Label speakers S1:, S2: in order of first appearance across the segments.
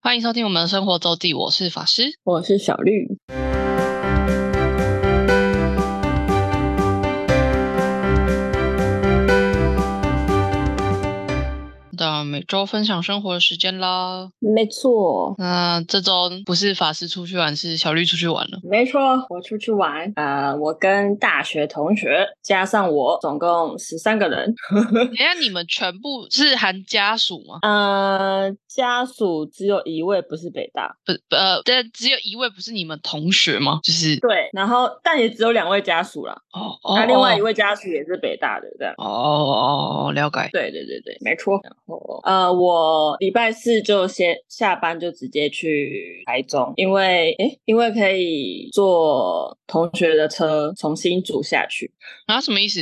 S1: 欢迎收听我们的生活周记，我是法师。
S2: 我是小绿。
S1: 到每周分享生活的时间啦。
S2: 没错，
S1: 那这周不是法师出去玩，是小绿出去玩了。
S2: 没错，我出去玩，呃，我跟大学同学加上我，总共十三个人，
S1: 等一下你们全部是含家属吗？
S2: 呃，家属只有一位不是北大，
S1: 不，不呃，但只有一位不是你们同学吗？就是
S2: 对，然后但也只有两位家属啦，
S1: 哦
S2: 那、
S1: 哦，
S2: 啊另外一
S1: 位
S2: 位家属也是北大的，这样。
S1: 哦哦哦，了解。
S2: 对对对对，没错。然后呃，我礼拜四就先下班就直接去台中，因为诶，因为可以坐同学的车从新竹下去，
S1: 啊，什么意思？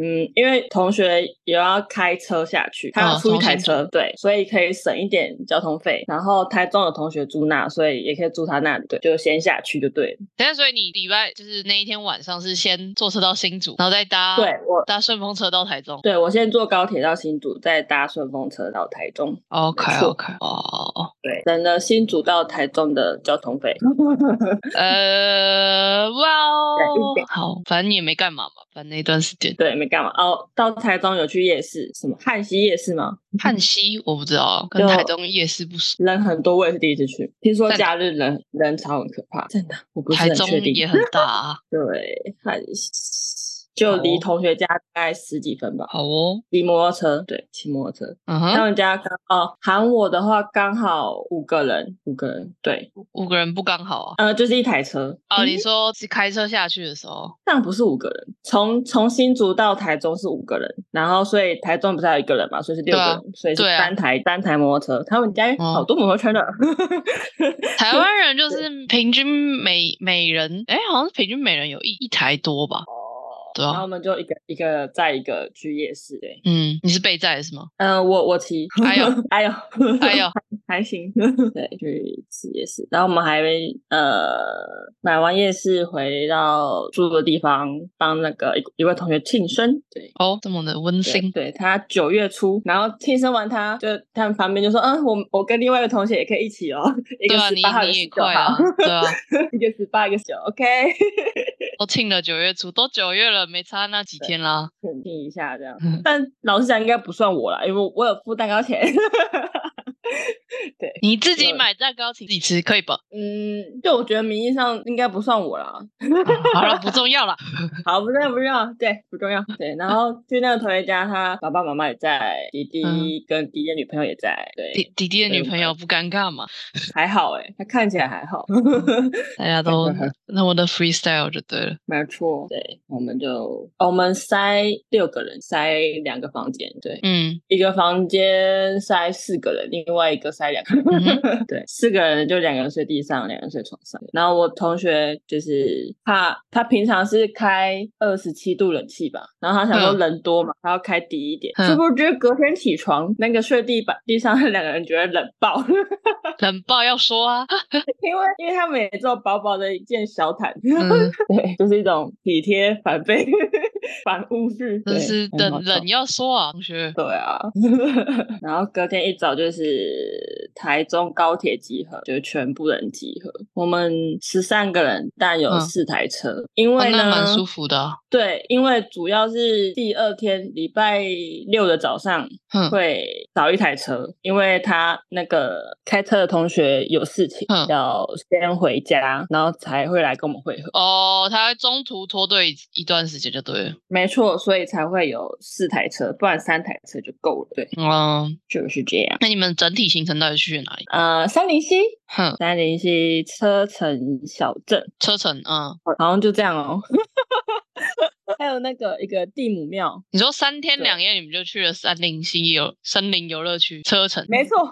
S2: 嗯，因为同学也要开车下去，他
S1: 嗯
S2: 要出一台
S1: 从新
S2: 车，对，所以可以省一点交通费。然后台中有同学住那，所以也可以住他那里，对，就先下去就对了。
S1: 等一下，所以你礼拜就是那一天晚上是先坐车到新竹，然后再搭
S2: 对我，
S1: 搭顺风车到台中。
S2: 对我先坐高铁到新竹，再搭顺风车到台中。
S1: OK
S2: 没错
S1: OK，哦哦哦，
S2: 对，省了新竹到台中的交 通费。
S1: 呃，哇
S2: 对
S1: 哦
S2: 一点，
S1: 好，反正你也没干嘛嘛，反正那段时间。
S2: 对，没干嘛哦。到台中有去夜市，什么汉西夜市吗？
S1: 汉西我不知道，跟
S2: 嗯就
S1: 台中夜市不熟，
S2: 人很多，我也是第一次去。听说
S1: 在哪
S2: 假日人人潮很可怕，在哪？我不是
S1: 台
S2: 很
S1: 中
S2: 确定。
S1: 也很大、啊。
S2: 对，汉西就
S1: 好
S2: 离
S1: 哦
S2: 同学家大概十几分吧。
S1: 好哦，
S2: 骑摩托车，对，骑摩托车。
S1: 嗯
S2: 他
S1: 哼，
S2: 们家刚哦，喊我的话刚好五个人，五个人，对，
S1: 五个人不刚好啊。
S2: 呃，就是一台车。
S1: 哦，
S2: 诶
S1: 你说是开车下去的时 候，
S2: 但不是五个人，从从新竹到台中是五个人，然后所以台中不是还有一个人嘛，所以是六个
S1: 对
S2: 人，
S1: 啊
S2: 所以是
S1: 对啊哦
S2: 单台、单台摩托车。他们家好多摩托 车的，
S1: 台湾人就是平均每每人，哎，好像是平均每人有一一台多吧？对
S2: 然后
S1: 啊
S2: 我，们就一个一个再一个去夜市、欸，哎，
S1: 嗯，你是被载的是吗？
S2: 嗯、我我骑，
S1: 哎呦
S2: 哎呦
S1: 哎呦，
S2: 还 行，对，去吃夜市，然后我们还呃买完夜市回到住的地方，帮那个一一位同学庆生，对。
S1: 哦，这么的温
S2: 对
S1: 馨，
S2: 对他九月初，然后庆生完他，就他们旁边就说，嗯，我我跟另外一个同学也可以一起哦，一
S1: 对
S2: 个
S1: 啊，
S2: 十
S1: 你
S2: 八号，一个
S1: 你也
S2: 十九
S1: 快啊
S2: 号，，
S1: 对啊，
S2: 一个十八，一个九，OK，
S1: 都庆了九月初，都九月了，没差那几天 啦。
S2: 肯定一下这样
S1: 嗯。
S2: 但老实讲，应该不算我啦，因为我有付蛋糕钱。 对，
S1: 你自己
S2: 有
S1: 买蛋糕请自己吃，可以 吧？
S2: 嗯，就我觉得名义上应该不算我啦，
S1: 好了，不重要 了。
S2: 好，不重要，不重要，对，不重要，对。然后去那个同学家，他爸爸妈妈也在，弟弟
S1: 嗯
S2: 跟弟弟的女朋友也在，
S1: 弟
S2: 对，
S1: 弟弟的
S2: 对
S1: 女
S2: 我
S1: 朋友不尴尬嘛？
S2: 还好哎、他看起来还好，
S1: 大家
S2: 对
S1: 都
S2: 对对
S1: 那我的 freestyle 就对了。
S2: 没错。对，我们就、哦我们塞六个人，塞两个房间，对，
S1: 嗯，
S2: 一个房间塞四个人，另外一个塞两个
S1: 嗯
S2: 人， 对，四个人就两个人睡地上，两个人睡床上。然后我同学就是他，他平常是开二十七度冷气吧，然后他想说
S1: 嗯
S2: 人多嘛，他要开低一点，
S1: 嗯
S2: 是不是觉得隔天起床那个睡地板地上的两个人觉得冷 爆？
S1: 冷爆要说 啊，
S2: 因为因为他们也只有薄薄的一件小毯，
S1: 嗯，
S2: 对，就是一种体贴反被 反物质，
S1: 真
S2: 对
S1: 是
S2: 很好
S1: 冷
S2: 笑
S1: 冷要说啊，同学。
S2: 对啊， 然后隔天一早就是台中高铁集合，就是全部人集合。我们十三个人，但有
S1: 嗯
S2: 四台车，因
S1: 哦
S2: 为呢，
S1: 那蛮舒服的啊。
S2: 对，因为主要是第二天礼拜六的早上
S1: 哼，
S2: 会少一台车，因为他那个开车的同学有事情、
S1: 嗯
S2: 要先回家，然后才会来跟我们会合。
S1: 哦，他会中途脱队一一段时间就对了。
S2: 没错，所以才会有四台车，不然三台车就够了。对，
S1: 嗯，
S2: 就是这样。
S1: 那你们整体行程到底去了哪里？
S2: 呃，三零七
S1: 哼，
S2: 三零七车城小镇，
S1: 车程，嗯，
S2: 好像就这样哦。 还有那个一个地母庙，
S1: 你说三天
S2: 对
S1: 两夜你们就去了三林溪游森林游乐区，车程，嗯
S2: 没错，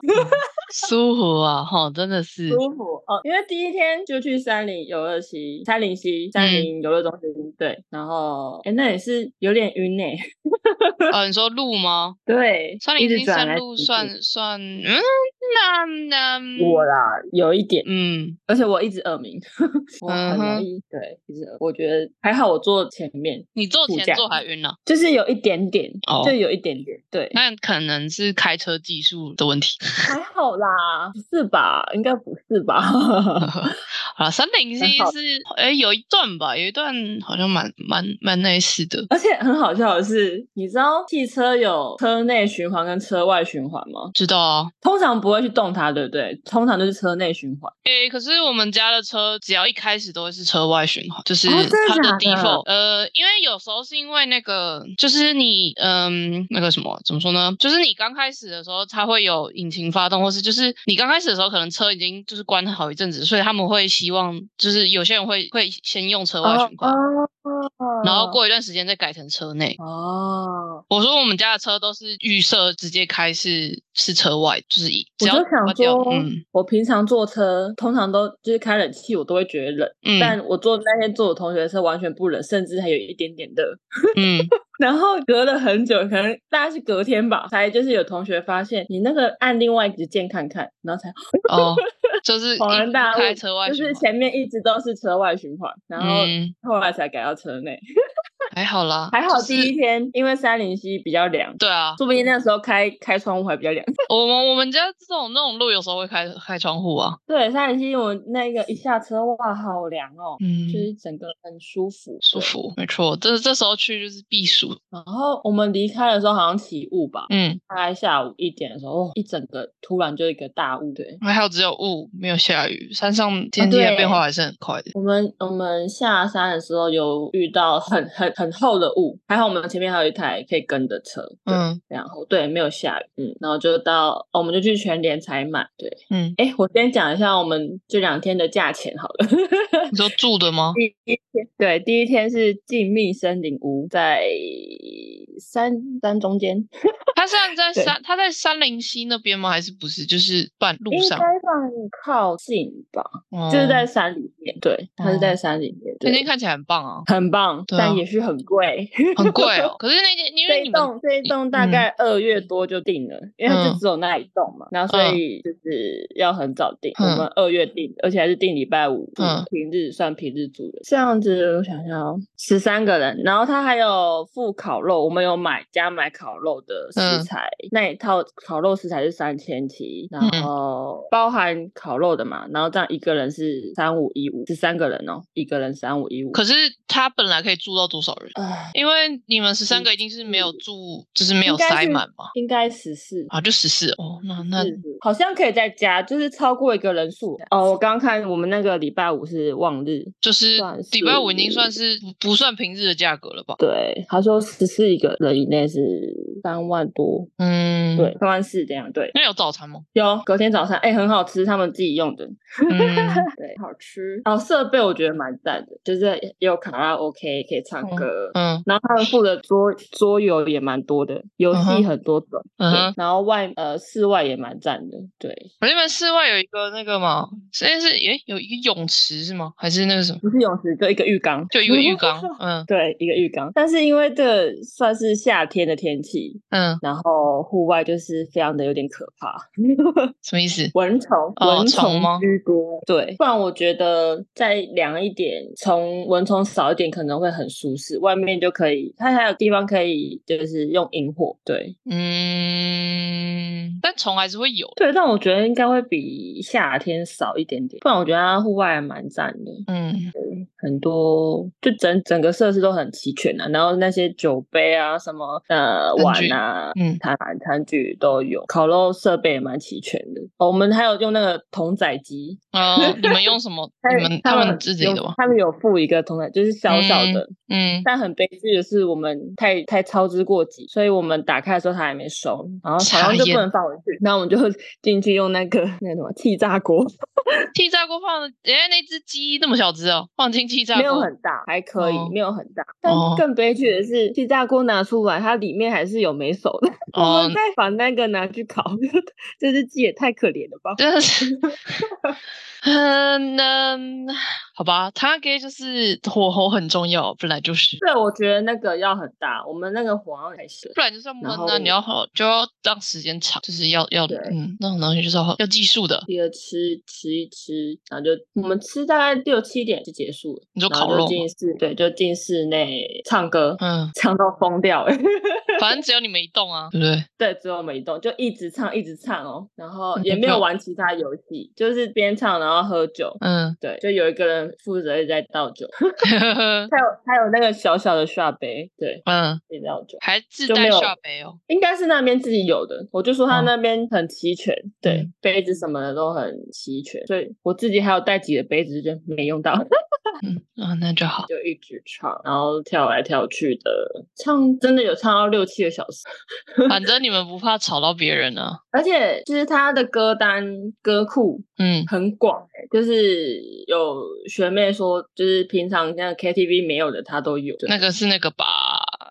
S1: 舒服啊，哈，真的是，
S2: 舒服哦。因为第一天就去三林游乐区，
S1: 嗯
S2: 三林溪、三林游乐中心，对。然后，哎，那也是有点晕呢、
S1: 哦，你说路吗？
S2: 对，
S1: 三
S2: 一
S1: 零
S2: 直
S1: 零
S2: 转
S1: 三
S2: 来
S1: 路
S2: 直去
S1: 算嗯算，嗯，那那
S2: 我啦，有一点，
S1: 嗯，
S2: 而且我一直耳鸣， 我很
S1: 嗯
S2: 容
S1: 哼
S2: 易、对，一直耳。我觉得还好，我坐前面，
S1: 你坐
S2: 副
S1: 前
S2: 驾
S1: 座还晕呢、
S2: 就是有一点点，
S1: 哦
S2: 就有一点点，对，
S1: 那可能是开车技术的问题。
S2: 还好啦，不是吧？应该不是 吧？
S1: 啊，三零
S2: 很
S1: C
S2: 好
S1: 是哎有一段吧，有一段好像蛮蛮蛮类似的。
S2: 而且很好笑的是，你知道汽车有车内循环跟车外循环吗？
S1: 知道啊，
S2: 通常不会去动它，对不对？通常就是车内循环。
S1: 诶，可是我们家的车只要一开始都会是车外循环，就是
S2: 哦真的
S1: 它的
S2: 假的
S1: default、呃，因为有时候是因为那个，就是你嗯那个什么，怎么说呢？就是你刚开始的时候，它会有引擎发动，或是就是你刚开始的时候，可能车已经就是关好一阵子，所以他们会希望就是有些人会会先用车外循环，
S2: 哦，
S1: 然后过一段时间再改成车内。
S2: 哦，
S1: 我说我们家的车都是预设直接开是是车外，就是一只
S2: 我就
S1: 要
S2: 想
S1: 关掉
S2: 说，
S1: 嗯
S2: 我平常坐车通常都就是开冷气，我都会觉得冷，
S1: 嗯
S2: 但我坐那天坐我同学的车完全不冷，甚至还有一点点热。
S1: 嗯，
S2: 然后隔了很久，可能大概是隔天吧，才就是有同学发现你那个按另外一个键看看，然后才
S1: 哦，就是
S2: 恍然
S1: 一
S2: 大悟
S1: 开车外
S2: 就
S1: 循环
S2: 是前面一直都是车外循环，然后
S1: 嗯，
S2: 后来才改到车内。
S1: 还好啦，
S2: 还好
S1: 就
S2: 第一
S1: 是
S2: 天因为三零七比较凉，
S1: 对啊，
S2: 说不定那时候开开窗户还比较凉。
S1: 我们我们家这种那种路有时候会开开窗户啊，
S2: 对，三零七我那个一下车哇，好凉哦。
S1: 嗯
S2: 就，是整个很舒服，
S1: 舒
S2: 对。
S1: 服，没错，这这时候去就是避暑，
S2: 然后我们离开的时候好像起雾吧，
S1: 嗯，
S2: 大概下午一点的时候，哦、一整个突然就一个大雾。对，
S1: 还好只有雾，没有下雨，山
S2: 啊
S1: 上天气的变化还是很快的，
S2: 我们我们下山的时候有遇到很很很厚的雾，还好我们前面还有一台可以跟的车，对，
S1: 嗯
S2: 然后对没有下雨，嗯，然后就到、哦我们就去全联采买，对，
S1: 嗯，
S2: 哎，我先讲一下我们这两天的价钱好了。
S1: 你说住的吗？
S2: 第一天，对，第一天是静谧森林屋，在山山中间，
S1: 它现在在
S2: 对
S1: 山，它在山林溪那边吗？还是不是？就是半路
S2: 应该
S1: 上，
S2: 算靠近吧，
S1: 哦
S2: 就是在山里面，对，它是在
S1: 哦
S2: 山里面，
S1: 那
S2: 对
S1: 间，看起来很棒啊，
S2: 很棒，
S1: 对啊
S2: 但也是很贵，
S1: 很贵 哦。可是那间因
S2: 这
S1: 为
S2: 一
S1: 你们
S2: 栋这一栋大
S1: 嗯
S2: 概二月多就定了，因为它
S1: 嗯
S2: 就只有那一栋嘛，然后所
S1: 嗯
S2: 以就是要很早定，
S1: 嗯
S2: 我们二月定，而且还是定礼拜五，
S1: 嗯
S2: 平日算平日租的，这样子我想想，十三个人，然后它还有附烤肉，我们有买加买烤肉的
S1: 嗯
S2: 食材，那一套烤肉食材是三千七，然
S1: 嗯
S2: 后包含烤肉的嘛，然后这样一个人是三五一五，十三个人哦，一个人三五一五，
S1: 可是它本来可以住到多少人？
S2: 唉
S1: 因为你们十三个一定是没有住，就是没有
S2: 嗯应该
S1: 塞
S2: 是
S1: 满嘛，
S2: 应该十四。
S1: 啊，就十四哦，那那
S2: 是好像可以再加，就是超过一个人数。哦，我刚刚看我们那个礼拜五是望日，
S1: 就是
S2: 算
S1: 礼拜五已经算
S2: 是
S1: 是不不算平日的价格了吧？
S2: 对，他说十四一个人以内是三万多，
S1: 嗯，
S2: 对，，三万四这样，对，
S1: 那有早 餐吗？
S2: 有隔天早餐，哎、很好吃，他们自己用的，
S1: 嗯，
S2: 对，好吃。哦，设备我觉得蛮赞的，就是也有卡拉 OK 可以唱歌。
S1: 嗯
S2: 然后他们附的桌桌游也蛮多的，游
S1: 嗯
S2: 戏
S1: 哼
S2: 很多种，
S1: 嗯
S2: 对
S1: 哼，。
S2: 然后外呃室外也蛮赞的，对，
S1: 我那边室外有一个那个嘛，现在是诶有一个泳池是吗？还是那个什么？
S2: 不是泳池，就一个浴缸，
S1: 就一个浴缸， 嗯
S2: 对，一个浴缸。但是因为这算是夏天的天气，
S1: 嗯，
S2: 然后户外就是非常的有点可怕，
S1: 什么意思？
S2: 蚊虫、
S1: 哦
S2: 蚊
S1: 虫吗
S2: 居多。对，不然我觉得再凉一点，虫蚊虫少一点可能会很舒适。外面就可以，它还有地方可以就是用引火。对
S1: 嗯，但虫还是会有，
S2: 对，但我觉得应该会比夏天少一点点，不然我觉得它户外还蛮赞的。
S1: 嗯
S2: 对很多，就整整个设施都很齐全啊。然后那些酒杯啊，什么呃
S1: 餐
S2: 碗
S1: 具
S2: 啊、
S1: 嗯，
S2: 餐餐具都有，烤肉设备也蛮齐全的。哦，我们还有用那个童仔机，
S1: 哦，你们用什么？你们
S2: 他
S1: 们自己
S2: 有
S1: 的吧？
S2: 他们有附一个童仔，就是小小的。
S1: 嗯，
S2: 但很悲剧的是，我们太太操之过急，所以我们打开的时候它还没熟，然后好
S1: 傻
S2: 像就不
S1: 眼
S2: 能放回去，那我们就 进去用那个那个什么气炸锅，
S1: 气炸锅放的，哎，那只鸡那么小只哦，放进气炸锅，
S2: 没有很大，还可以，
S1: 哦
S2: 没有很大。但
S1: 哦
S2: 更悲剧的是，气炸锅拿出来，它里面还是有没熟的。 我
S1: 哦
S2: 们再把那个拿去烤，这只鸡也太可怜了吧？
S1: 真的是嗯嗯，好吧，他给就是火候很重要，本来就是，
S2: 对，我觉得那个要很大，我们那个火要开始。
S1: 不然就是要闷
S2: 然
S1: 啊，
S2: 后
S1: 你要好就要让时间长，就是要要
S2: 对
S1: 嗯那种东西就是要要技术的。
S2: 第二吃吃一吃，然后就我们吃大概六七点就结束了，
S1: 你说
S2: 然后
S1: 烤肉
S2: 就进室对，就进室内唱歌，
S1: 嗯，
S2: 唱到疯掉、欸。
S1: 反正只有你没动啊，对不对？
S2: 对，只有每一栋就一直唱一直唱哦，然后
S1: 嗯
S2: 也
S1: 没
S2: 没有
S1: 错
S2: 玩其他游戏，就是边唱然后喝酒。
S1: 嗯，
S2: 对，就有一个人负责一直在倒酒，还有还有那个小小的下杯，对，
S1: 嗯，
S2: 也倒酒，
S1: 还自
S2: 就没
S1: 带
S2: 有
S1: 下杯哦。
S2: 应该是那边自己有的。我就说他
S1: 哦
S2: 那边很齐全，对，
S1: 嗯
S2: 杯子什么的都很齐全，所以我自己还有带几个杯子，就没用到。
S1: 嗯啊，那就好。
S2: 就一直唱，然后跳来跳去的唱，真的有唱到六七个小时。
S1: 反正你们不怕吵到别人啊。
S2: 而且其实他的歌单歌库
S1: 嗯，
S2: 很广、欸，就是有学妹说，就是平常那个 KTV 没有的他都有。对
S1: 那个是那个吧，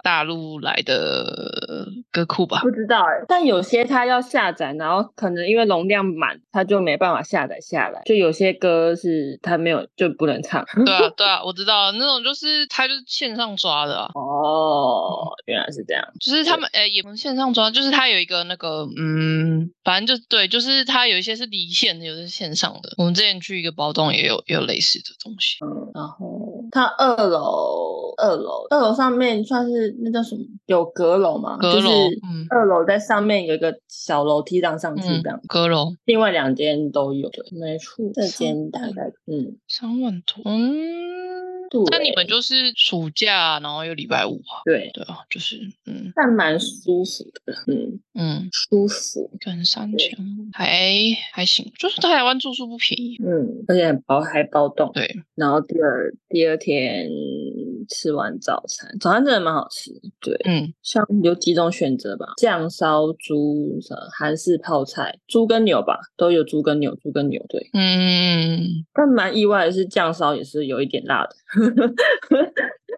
S1: 大陆来的歌库吧
S2: 不？知道哎、但有些他要下载，然后可能因为容量满，他就没办法下载下来。就有些歌是他没有就不能唱。
S1: 对啊，对啊，我知道那种就是他就是线上抓的啊，
S2: 哦，原来是这样。
S1: 就是他们呃也不是线上抓，就是他有一个那个嗯，反正就对，就是他有一些是离线的，有的是线上的。我们之前去一个包栋也有也有类似的东西，
S2: 嗯，然后它二楼，二楼，二楼上面算是那叫什么？有阁楼吗？
S1: 阁楼
S2: 就是
S1: 嗯
S2: 二楼在上面有一个小楼梯让上去
S1: 嗯
S2: 这样。，
S1: 阁楼
S2: 另外两间都有，对，没错。这
S1: 上
S2: 间大概嗯，
S1: 三万多，嗯，
S2: 对
S1: 那你们就是暑假，然后又礼拜五啊，
S2: 对，
S1: 对啊，就是嗯
S2: 但蛮舒服的，嗯，
S1: 嗯，
S2: 舒服，
S1: 一个人三千五还还行，就是在台湾住宿不便宜，
S2: 嗯，而且还包还包栋。
S1: 对，
S2: 然后第二第二天吃完早餐，早餐真的蛮好吃，对，
S1: 嗯
S2: 像有几种选择吧，酱烧猪、什么韩式泡菜、猪跟牛吧，都有猪跟牛，猪跟牛对。
S1: 嗯，
S2: 但蛮意外的是，酱烧也是有一点辣的。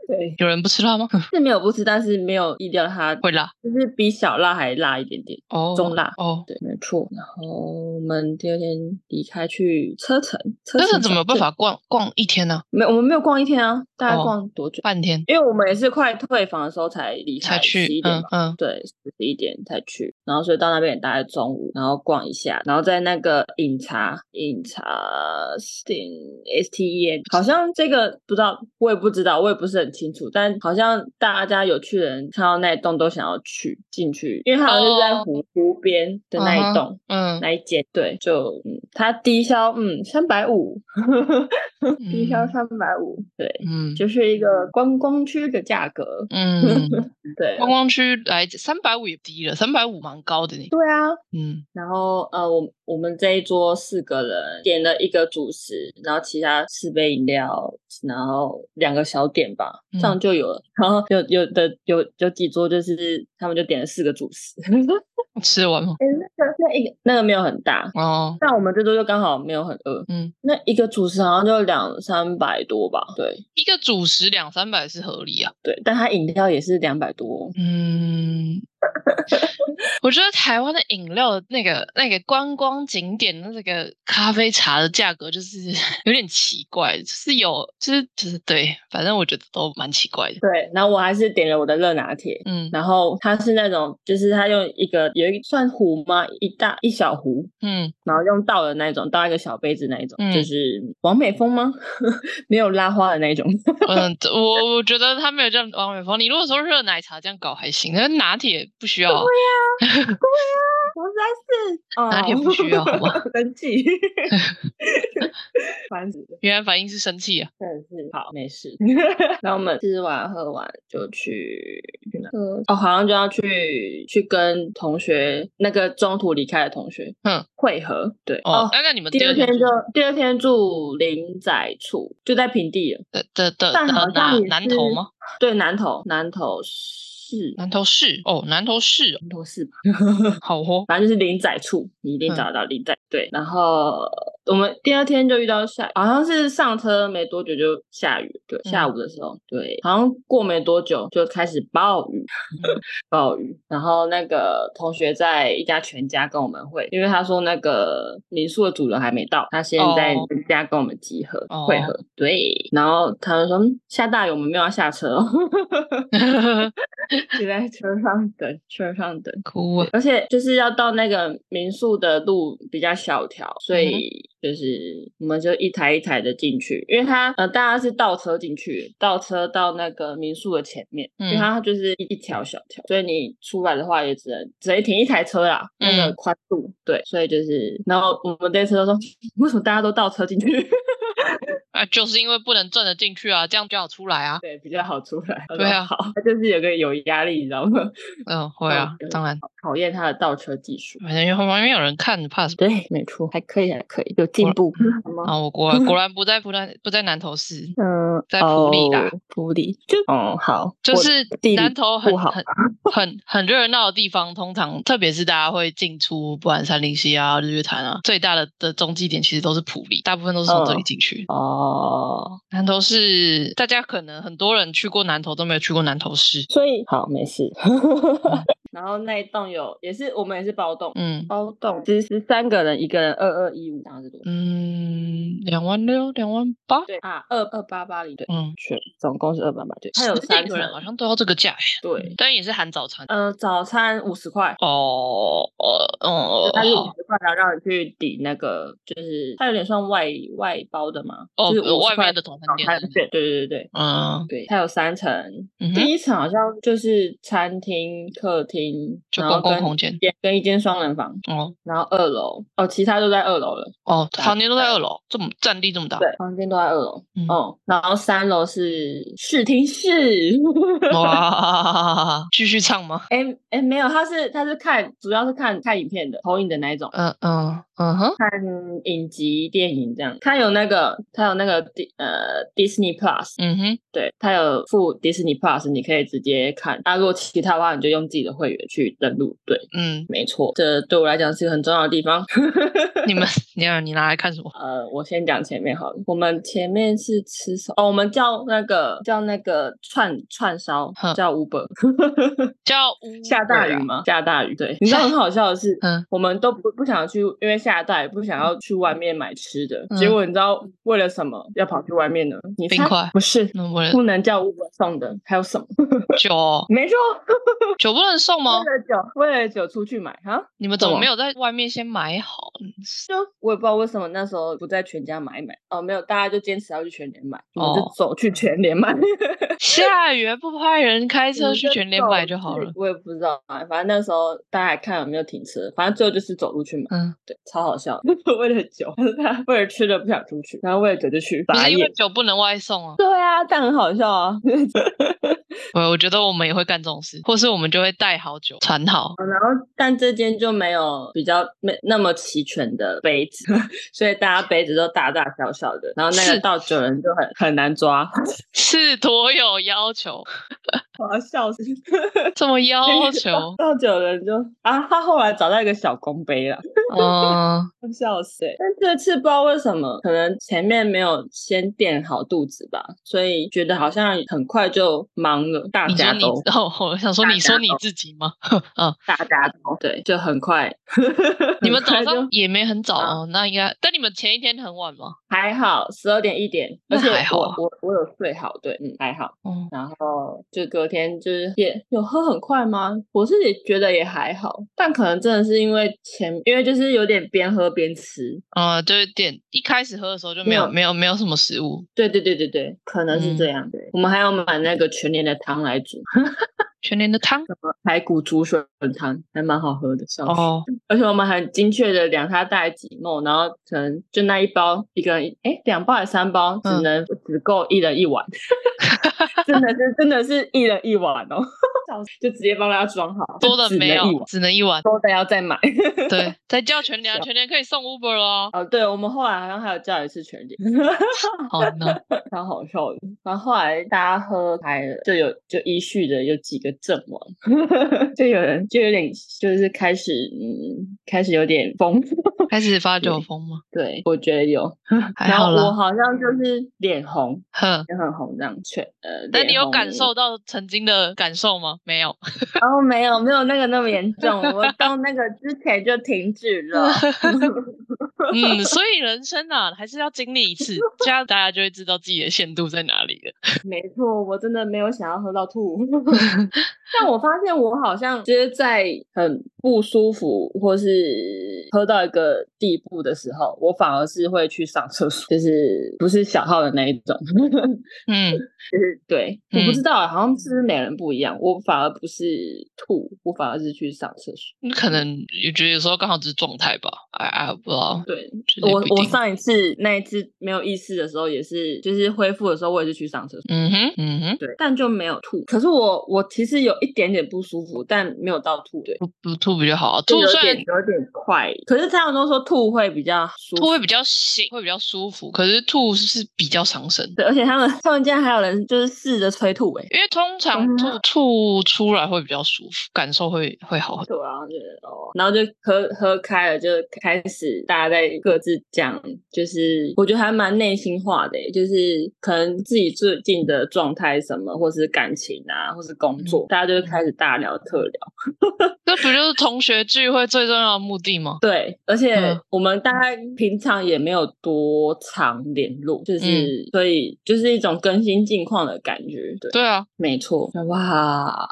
S2: 对，
S1: 有人不吃辣吗？
S2: 是没有不吃，但是没有意料它
S1: 会辣
S2: 就是比小辣还辣一点点。
S1: 哦，
S2: 中辣
S1: 哦。
S2: 对，没错。然后我们第二天离开去车城，车
S1: 但是
S2: 城
S1: 怎么
S2: 小
S1: 有办
S2: 镇？
S1: 法逛逛一天呢、
S2: 没有，我们没有逛一天啊，大概
S1: 哦
S2: 逛多久？
S1: 半天
S2: 因为我们也是快退房的时候才离开，
S1: 才
S2: 十
S1: 去
S2: 一，点吧
S1: 嗯嗯，
S2: 对，十一点才去，然后所以到那边也大概中午，然后逛一下，然后在那个饮茶饮茶店 S T E N，好像这个不知道，我也不知道，我也不是很清楚，但好像大家有去的人看到那一栋都想要去进去，因为它好像是在
S1: 哦
S2: 湖、湖边的那
S1: 嗯哼
S2: 一栋。
S1: 嗯，
S2: 那一间对，就嗯，它低消嗯三百五，低消
S1: 嗯
S2: 三百五，对，
S1: 嗯
S2: 就是一个观光区的价格，
S1: 嗯，
S2: 对，
S1: 观光区来三百五也低了，三百五蛮高的呢。
S2: 对啊，
S1: 嗯
S2: 然后呃，我我们这一桌四个人点了一个主食，然后其他四杯饮料，然后两个小点吧，这样
S1: 嗯
S2: 就有了。 然后有有的有有几桌就是他们就点了四个主食，哎、
S1: 吃得完吗？
S2: 那个那一个 那个没有很大。
S1: 哦，
S2: 但我们这桌就刚好没有很饿，
S1: 嗯，
S2: 那一个主食好像就两三百多吧，对
S1: 一个主食两三百是合理啊。
S2: 对，但它饮料也是两百多，
S1: 嗯， 我觉得台湾的饮料的那个那个观光景点的那个咖啡茶的价格就是 有点奇怪，就是有就是就是对，反正我觉得都蛮奇怪的。
S2: 对，然后我还是点了我的热拿铁，
S1: 嗯
S2: 然后它是那种，就是它用一个有一算壶吗？一大一小壶，
S1: 嗯
S2: 然后用倒的那一种，倒一个小杯子那一种，
S1: 嗯
S2: 就是王美风吗？ 没有拉花的那一种。
S1: 嗯，这我我觉得他没有这样王美芳。你如果说热奶茶这样搞还行，但是拿铁不需要啊。
S2: 我实在是哦
S1: 哪里不需要好吗？
S2: 生气，烦死了，
S1: 原来反应是生气啊。
S2: 真的是好没事。 然后我们吃完喝完就去去哪？哦，好像就要去去跟同学那个中途离开的同学，
S1: 嗯，
S2: 会合。对
S1: 哦，那、那你们
S2: 第
S1: 第
S2: 二
S1: 二
S2: 天
S1: 天
S2: 就第二天住林仔处，就在平地了，
S1: 的的的
S2: 但好
S1: 的
S2: 像
S1: 哪
S2: 也是
S1: 南投吗？
S2: 对，南投南投市
S1: 南投市哦，南投市哦
S2: 南投市吧，
S1: 好哦。
S2: 嗯反正就是林仔处，你一定找得到林仔。对，然后我们第二天就遇到下雨，好像是上车没多久就下雨，对，下午的时候，对，好像过没多久就开始暴雨， 暴雨。然后那个同学在一家全家跟我们会，因为他说那个民宿的主人还没到，他先在
S1: 哦
S2: 全家跟我们集合、
S1: 哦
S2: 会合，对。然后他们说嗯下大雨，我们没有要下车、哦， 就在车上等，车上等。
S1: 哭啊！
S2: 而且就是要到那个民宿的路比较小条，
S1: 嗯
S2: 所以就是我们就一台一台的进去，因为它呃大家是倒车进去，倒车到那个民宿的前面，因为
S1: 嗯
S2: 它就是一一条小条，所以你出来的话也只能只能停一台车啦，那个
S1: 嗯
S2: 宽度对，所以就是然后我们这次就说， 为什么大家都倒车进去？
S1: 啊，就是因为不能正着进去啊，这样就好出来啊。
S2: 对，比较好出来。我
S1: 对
S2: 说
S1: 啊
S2: 好，它就是有个有压力，你知道吗？
S1: 嗯，会啊
S2: 哦对，
S1: 当然，
S2: 考验它的倒车技术。
S1: 反正因为旁边有人看，怕什么？
S2: 对，没错，还可以，还可以，有进
S1: 我
S2: 步，好吗？
S1: 啊，我果 然果然不在不在不在南投市，
S2: 嗯，
S1: 在普里啦
S2: 哦，普里就哦好，
S1: 就
S2: 我
S1: 是
S2: 地理
S1: 南投很
S2: 不好
S1: 很很很热闹的地方，通常特别是大家会进出，不管三零七啊、日月潭啊，最大的的中继点其实都是普里，大部分都是从这里
S2: 嗯
S1: 进去。
S2: 哦，
S1: 南投市，大家可能很多人去过南投都没有去过南投市。
S2: 所以好没事。 然后那一栋有也是我们也是包栋，
S1: 嗯
S2: 包栋其实十三个人，一个人二二一五，这样是多少？
S1: 嗯，两万六、两万八，
S2: 对啊，二二八八零对，
S1: 嗯，
S2: 全总共是二八八对，它有
S1: 十几
S2: 三
S1: 个人好
S2: 层，
S1: 像都要这个价耶。
S2: 对，
S1: 但也是含早餐。
S2: 呃，早餐五十块。
S1: 哦哦哦，
S2: 它是五
S1: 好
S2: 十块，然后让你去抵那个，就是它有点算外外包的嘛，
S1: 哦
S2: 就是50
S1: 外
S2: 块
S1: 面的早餐店
S2: 早餐券，对对对对
S1: 嗯
S2: 对，它有三层，
S1: 嗯
S2: 第
S1: 哼，
S2: 一层好像就是餐厅、客厅，
S1: 就
S2: 然后
S1: 公共
S2: 跟
S1: 空
S2: 一
S1: 间
S2: 间跟一间双人房，
S1: 哦
S2: 然后二楼哦，其他都在二楼了，
S1: 哦，
S2: 大
S1: 房间都在
S2: 概
S1: 二楼，这么占地这么大。
S2: 对，房间都在二楼，
S1: 嗯
S2: 哦，然后三楼是视听室，
S1: 哦哇，继续唱吗？
S2: 哎哎没有，他是他是看主要是看看影片的，投影的那一种。
S1: 嗯嗯嗯哼，
S2: 看影集、电影这样，他有那个，他有那个迪呃 Disney Plus，
S1: 嗯哼，
S2: 对，它有附 Disney Plus，你可以直接看。啊那、如果其他的话，你就用自己的会员去登录。对，
S1: 嗯，
S2: 没错，这对我来讲是一个很重要的地方。
S1: 你们，你要你拿来看什么？
S2: 呃，我先讲前面好了。我们前面是吃什么？哦，我们叫那个叫那个串串烧
S1: 哼，
S2: 叫 Uber。
S1: 叫 Uber
S2: 下大雨
S1: 啊？
S2: 吗？下大雨，对。 你知道很好笑的是，
S1: 嗯
S2: 我们都不不想去，因为下大雨不想要去外面买吃的。
S1: 嗯
S2: 结果你知道为了什么要跑去外面呢？你猜
S1: 冰块
S2: 不是，
S1: 那 我
S2: 不能叫 Uber 送的，还有什么？
S1: 酒
S2: 没错，
S1: 酒不能送 吗？
S2: 为了酒，为了酒出去买哈，
S1: 你们怎么
S2: 什么
S1: 没有在外面先买好？
S2: 就我也不知道为什么那时候不在全家买一买哦，没有，大家就坚持要去全联买，我们就
S1: 哦
S2: 走去全联买，
S1: 下雨不派人开
S2: 我
S1: 车
S2: 们
S1: 去
S2: 就
S1: 全联买
S2: 走
S1: 就好
S2: 去
S1: 了。
S2: 我也不知道啊，反正那时候大家还看有没有停车，反正最后就是走路去买，
S1: 嗯，
S2: 对，超好笑。 为了酒，大家为了吃的不想出去，然后为了酒就去
S1: 不
S2: 打
S1: 是因为
S2: 野。
S1: 酒不能外送啊。
S2: 对啊，但很好笑啊。
S1: 对，我觉得我们也会干这种事，或是我们就会带好酒，传好。
S2: 然后，但这间就没有比较没那么齐全的杯子， 所以大家杯子都大大小小的，然后那
S1: 是
S2: 个倒酒人就很很难抓，
S1: 是多有要求，
S2: 我要笑死。
S1: 这么要求，
S2: 倒酒人就啊，他后来找到一个小公杯了，
S1: 嗯，
S2: 笑死、欸！但这次不知道为什么，可能前面没有先垫好肚子吧，所以觉得好像很快就忙了，大
S1: 你说
S2: 家
S1: 你
S2: 都，
S1: 哦，我想说
S2: 大
S1: 你说
S2: 家
S1: 你
S2: 都
S1: 自己吗？ 嗯，
S2: 大家都对，就很快。
S1: 你们
S2: 很
S1: 早
S2: 快就
S1: 上也没很早
S2: 啊
S1: 哦，那应该，但你们前一天很晚吗？
S2: 还好，十二点一点，
S1: 那
S2: 而且
S1: 还好
S2: 我
S1: 啊
S2: 我我有睡好，对，嗯，还好。
S1: 哦，
S2: 然后就隔天就是也有喝很快吗？我自己觉得也还好，但可能真的是因为前，因为就是有点边喝边吃，
S1: 啊，就是点一开始喝的时候就没
S2: 嗯没
S1: 有
S2: 有
S1: 没有没有什么食物，
S2: 对对对对对，可能是这
S1: 嗯
S2: 样。对，我们还要买那个全年的汤来煮，
S1: 全年的汤
S2: 排骨竹笋汤还蛮好喝的，笑死。
S1: 哦，
S2: 而且我们很精确的量它大概几沫，然后可能就那一包一个人一，哎，两包还是三包，只
S1: 嗯
S2: 能、只够一人 一碗，真的是真的是一人一碗 哦，笑死就直接帮大家装好，就
S1: 多的
S2: 只
S1: 没
S2: 能一
S1: 有
S2: 碗，
S1: 只能一 碗，
S2: 多的要再买。
S1: 对，再叫全年，全年可以送 Uber 了哦，
S2: 哦，对，我们后来好像还有叫一次全脸，
S1: 好呢，
S2: 超好笑的。然后后来大家喝开了，就有就依序的有几个阵 亡，就有人就有点就是开始嗯开始有点疯，
S1: 开始发酒疯吗？
S2: 对，我觉得有。
S1: 还
S2: 然
S1: 好
S2: 后我
S1: 啦，
S2: 好像就是脸红，
S1: 呵。
S2: 脸很红这样，全呃。
S1: 但
S2: 脸
S1: 你有
S2: 红
S1: 感受到曾经的感受吗？没有。
S2: 哦，没有没有那个那么严重，我到那个之前就停止 了。
S1: 嗯，所以人生啊，还是要经历一次，这样大家就会知道自己的限度在哪里了。
S2: 没错，我真的没有想要喝到吐。 但我发现我好像就是在很不舒服，或是喝到一个地步的时候，我反而是会去上厕所，就是不是小号的那一种。
S1: 嗯，
S2: 就是对，我不
S1: 嗯
S2: 知道、啊好像是不是每人不一样。我反而不是吐，我反而是去上厕所。
S1: 你可能也觉得有时候刚好只是状态吧，哎哎，不知道。
S2: 对
S1: 就是
S2: 我
S1: 不一，
S2: 我
S1: 定
S2: 上一次那一次没有意识的时候，也是就是恢复的时候，我也是去上厕所。
S1: 嗯哼，嗯哼，
S2: 对，但就没有吐。可是我我其实有一点点不舒服，但没有到吐。对，
S1: 不不吐比较好啊，
S2: 就
S1: 吐
S2: 有
S1: 虽然
S2: 点有点快，可是他们都说吐会比较舒服，
S1: 吐会比较醒，会比较舒服，可是吐是比较伤身。
S2: 对，而且他们他们竟然还有人就是试着催吐哎、
S1: 因为通常
S2: 嗯
S1: 吐吐出来会比较舒服，感受会会好很多。
S2: 对啊，就哦，然后就喝喝开了，就开始大家在各自讲，就是我觉得还蛮内心化的耶，欸就是可能自己最近的状态什么，或是感情啊，或是工作，大家就开始大聊特聊。
S1: 这不就是同学聚会最重要的目的吗？
S2: 对，而且
S1: 嗯
S2: 我们大概平常也没有多常联络，就是、所以就是一种更新近况的感觉。对，
S1: 对啊，
S2: 没错。哇，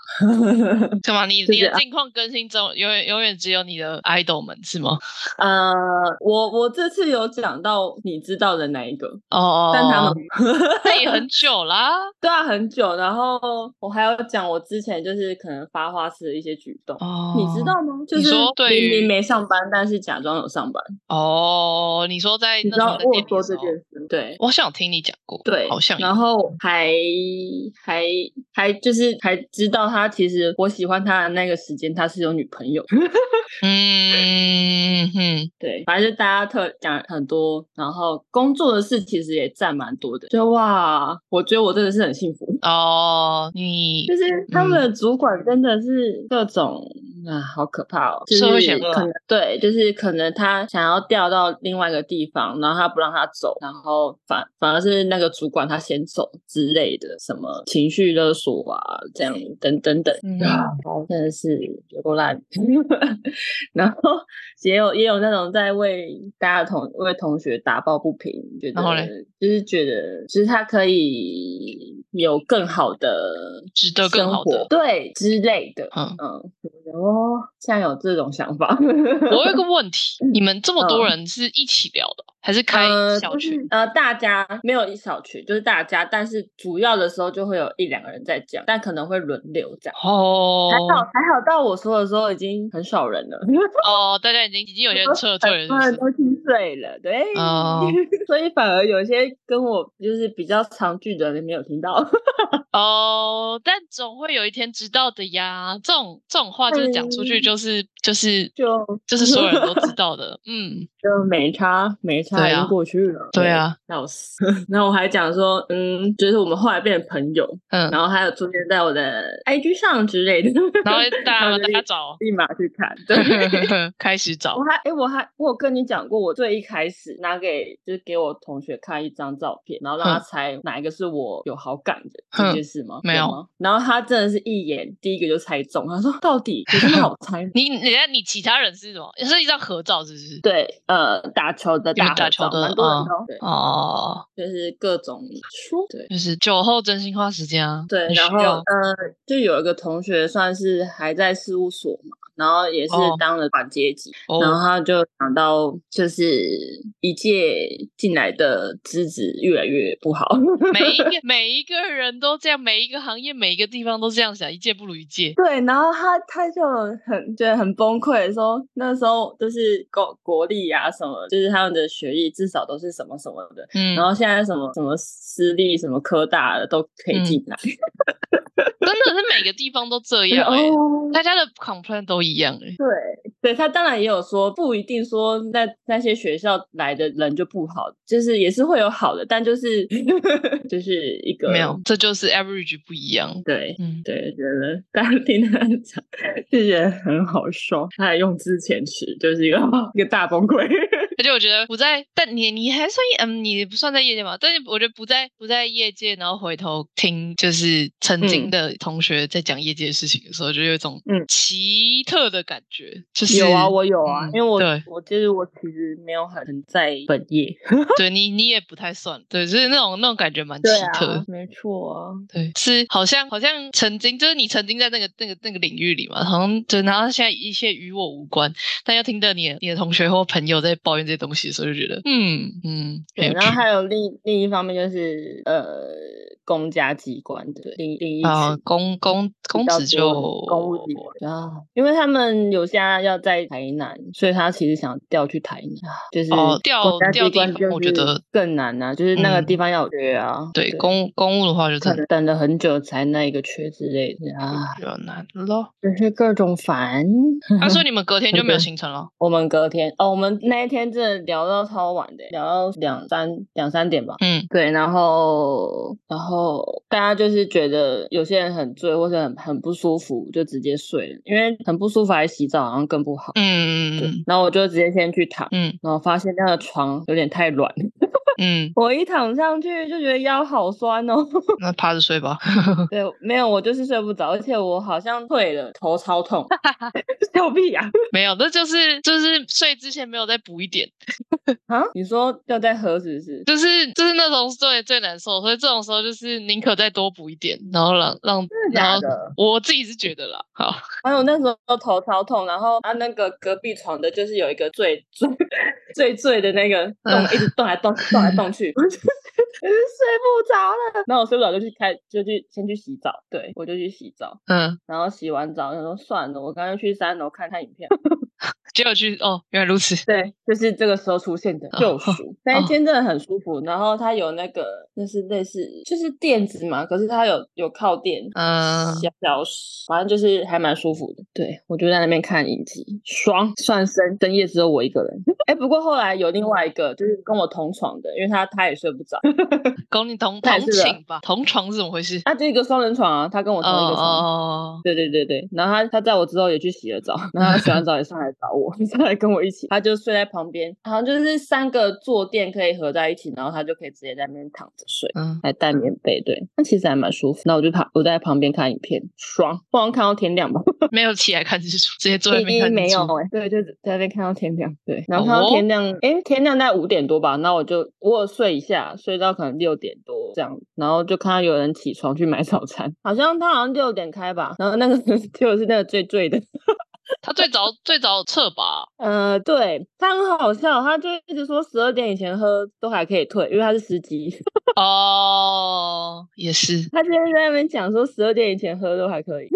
S1: 干嘛？你
S2: 就
S1: 你
S2: 是
S1: 的
S2: 啊
S1: 近况更新中，永远永远只有你的 idol 们是吗？
S2: 呃，我我这次有讲到你知道的那一个，
S1: 哦哦，
S2: 但他们
S1: 哦 那也很久啦。
S2: 对啊很久，然后我还有讲我之前就是可能发花痴的一些举动。
S1: 哦，
S2: 你知道吗？就
S1: 你
S2: 是
S1: 说对
S2: 明
S1: 于
S2: 明没上班，但是假装有上班。
S1: 哦，你说在
S2: 你
S1: 那
S2: 知
S1: 时
S2: 道
S1: 候在
S2: 我
S1: 店
S2: 有
S1: 里的
S2: 说
S1: 时
S2: 这
S1: 候
S2: 件，事，对，
S1: 我想听你讲过，
S2: 对，
S1: 好像有
S2: 然后还还还就是还知道他其实我喜欢他的那个时间他是有女朋友，
S1: 嗯哼，
S2: 对，反正就大家特讲很多，然后工作的事其实也占蛮多的，就哇，我觉得我真的是很幸福，
S1: 哦，你
S2: 就是他们的主管真的是各种。啊，好可怕哦！就是
S1: 社会险恶啊
S2: 可能对，就是可能他想要调到另外一个地方，然后他不让他走，然后反反而是那个主管他先走之类的，什么情绪勒索啊，这样等等等，
S1: 嗯
S2: 啊，真的是有够烂。 然后也有也有那种在为大家的同为同学打抱不平，觉得
S1: 然后嘞
S2: 就是觉得就是他可以有更好的
S1: 值得更
S2: 生
S1: 好的
S2: 活对之类的，
S1: 嗯，
S2: 嗯，哦，现在有这种想法，
S1: 我有一个问题，你们这么多
S2: 嗯
S1: 人是一起聊的，还是开小
S2: 呃就
S1: 群
S2: 是？呃，大家没有一小群，就是大家，但是主要的时候就会有一两个人在讲，但可能会轮流这样。
S1: 哦
S2: 还好还好，到我说的时候已经很少人了，因为
S1: 哦，大家已经已经有些人撤退
S2: 很多
S1: 了，
S2: 人
S1: 是不是？
S2: 都听睡了，对，
S1: 哦
S2: 所以反而有些跟我就是比较常聚的人没有听到，
S1: 哦，但总会有一天知道的呀。这种这种话就是讲出去，
S2: 嗯
S1: 就是就是
S2: 就
S1: 就是所有人都知道的。 嗯，
S2: 就没差没差，
S1: 对
S2: 已
S1: 啊
S2: 经过去了，
S1: 对啊，
S2: 笑死。 然后我还讲说，嗯，就是我们后来变成朋友，
S1: 嗯，
S2: 然后还有出现在我的 IG 上之类的，
S1: 然后大家
S2: 就，
S1: 大家找
S2: 立马去看。对，
S1: 开始找
S2: 我，还哎、诶我还我有跟你讲过，我最一开始拿给就是给我同学看一张照片，然后让他
S1: 嗯
S2: 猜哪一个是我有好感的
S1: 嗯
S2: 这件事吗？
S1: 没有？
S2: 吗。然后他真的是一眼第一个就猜中，他说到底有这么好猜吗
S1: 你你看你其他人是什么？是一张合照，是不是？
S2: 对，呃，打球的
S1: 你们
S2: 大
S1: 打
S2: 合
S1: 球
S2: 照
S1: 的
S2: 蛮多人
S1: 嗯
S2: 的哦，对，
S1: 哦，
S2: 就是各种书，对。
S1: 就是酒后真心话时间啊。
S2: 对，
S1: 很
S2: 然
S1: 需
S2: 后
S1: 要
S2: 呃，就有一个同学算是还在事务所嘛，然后也是
S1: 哦
S2: 当了管阶级，然后
S1: 哦，
S2: 他就讲到就是一届进来的资质越来越不好，
S1: 每一个每一个人都这样，每一个行业每一个地方都这样想，一届不如一届。
S2: 对，然后他他就很觉得很崩溃，说那时候就是国国力啊什么，就是他们的学历至少都是什么什么的，
S1: 嗯，
S2: 然后现在什么什么私立什么科大的都可以
S1: 嗯
S2: 进来，
S1: 真的是每个地方都这样哎、
S2: 哦，
S1: 大家的 complain 都一样哎、
S2: 对对他当然也有说，不一定说那那些学校来的人就不好，就是也是会有好的，但就是 就是一个
S1: 没有，这就是 average 不一样。
S2: 对。
S1: 嗯，
S2: 对，觉得 大家听他讲就觉得很好笑，他还用之前词，就是一个 一个大崩溃。
S1: 而且我觉得不在，但你你还算嗯，你不算在业界嘛？但是我觉得不在不在业界，然后回头听就是曾经
S2: 嗯
S1: 的同学在讲业界的事情的时候，就有一种
S2: 嗯
S1: 奇特的感觉，就是
S2: 有啊，我有啊，
S1: 嗯
S2: 因为我
S1: 对
S2: 我就是我其实没有很在本业，
S1: 对你你也不太算，对，就是那种那种感觉蛮奇
S2: 啊
S1: 特的。
S2: 没错啊，
S1: 对，是好像好像曾经就是你曾经在那个那个那个领域里嘛，好像就然后现在一切与我无关，但要听到你的你的同学或朋友在抱怨这些东西的时候，就觉得嗯嗯，很
S2: 对，
S1: 有
S2: 然后
S1: 趣
S2: 还有另另一方面就是呃，公家机关的另另一
S1: 啊，
S2: 群
S1: 公公公
S2: 比较
S1: 子
S2: 多
S1: 就
S2: 公务机关啊，因为他们有家要在台南，所以他其实想调去台南，就是
S1: 哦调
S2: 公家
S1: 调
S2: 机
S1: 地
S2: 关
S1: 方
S2: 就
S1: 我觉
S2: 是
S1: 得
S2: 更难啊，就是那个
S1: 嗯
S2: 地方要有缺啊，
S1: 对公公务的话就真
S2: 可能
S1: 的
S2: 等了很久才那一个缺之类的啊，
S1: 比较难咯。
S2: 真是各种烦。
S1: 他说你们隔天就没有
S2: 对
S1: 行程了，
S2: 我们隔天哦，我们那一天真的聊到超晚的，欸聊到两三两三点吧。
S1: 嗯
S2: 对，然后然后大家就是觉得有些人很醉或者很很不舒服，就直接睡了，因为很不舒服还洗澡好像更不好。
S1: 嗯
S2: 对
S1: 嗯
S2: 然后我就直接先去躺，
S1: 嗯
S2: 然后发现那个床有点太软，
S1: 嗯，
S2: 我一躺上去就觉得腰好酸哦。
S1: 那趴着睡吧。
S2: 对，没有，我就是睡不着，而且我好像退了，头超 痛，笑屁啊呀、
S1: 没有，那就是就是睡之前没有再补一点，
S2: 啊！你说要在何时是？
S1: 就是就是那种最最难受，所以这种时候就是宁可再多补一点，然后让让
S2: 真的
S1: 然
S2: 假
S1: 后
S2: 的？
S1: 我自己是觉得啦，好，
S2: 还有那时候头超痛，然后啊那个隔壁床的就是有一个最最 最最的那
S1: 嗯
S2: 个动，一直动来动去动来 动去，我就我就睡不着了。然后我睡不着就去开就去先去洗澡，对我就去洗澡，
S1: 嗯，
S2: 然后洗完澡就说算了，我刚刚去三楼看看影 片。
S1: 结果去哦，原来如此，
S2: 对，就是这个时候出现的
S1: 哦
S2: 救
S1: 哦
S2: 赎。那一间真的很舒服，然后它有那个就是类似就是垫子嘛，可是它有有靠垫，
S1: 嗯
S2: 小小反正就是还蛮舒服的。对我就在那边看影集，爽，算深深夜只有我一个人。哎，不过后来有另外一个就是跟我同床的，因为他他也睡不着，
S1: 跟你同
S2: 那也
S1: 同
S2: 是的
S1: 寝吧，同床是怎么回事？
S2: 啊，就一个双人床啊，他跟我
S1: 哦
S2: 同一个
S1: 哦
S2: 床。
S1: 哦，
S2: 对对对对，然后他他在我之后也去洗了澡，然后他洗完澡也上来找我， 上来跟我一起，他就睡在旁边，好像就是三个坐垫可以合在一起，然后他就可以直接在那边躺着睡，
S1: 嗯，
S2: 还带棉被，对，那其实还蛮舒服。那我就旁我在旁边看影片，爽，不然看到天亮吧，
S1: 嗯没有起来看日出，直接坐在那边看日出，
S2: 没有哎、对，就在那边看到天亮，对，然后
S1: 哦
S2: 看到天亮，哎、天亮大概五点多吧，那我就我有睡一下，睡到可能六点多这样，然后就看到有人起床去买早餐，好像他好像六点开吧，然后那个 就是那个最醉的。
S1: 他最早最早撤吧，
S2: 呃，对，他很好笑，他就一直说十二点以前喝都还可以退，因为他是司机，
S1: 哦，也是，
S2: 他就在那边讲说十二点以前喝都 还可以，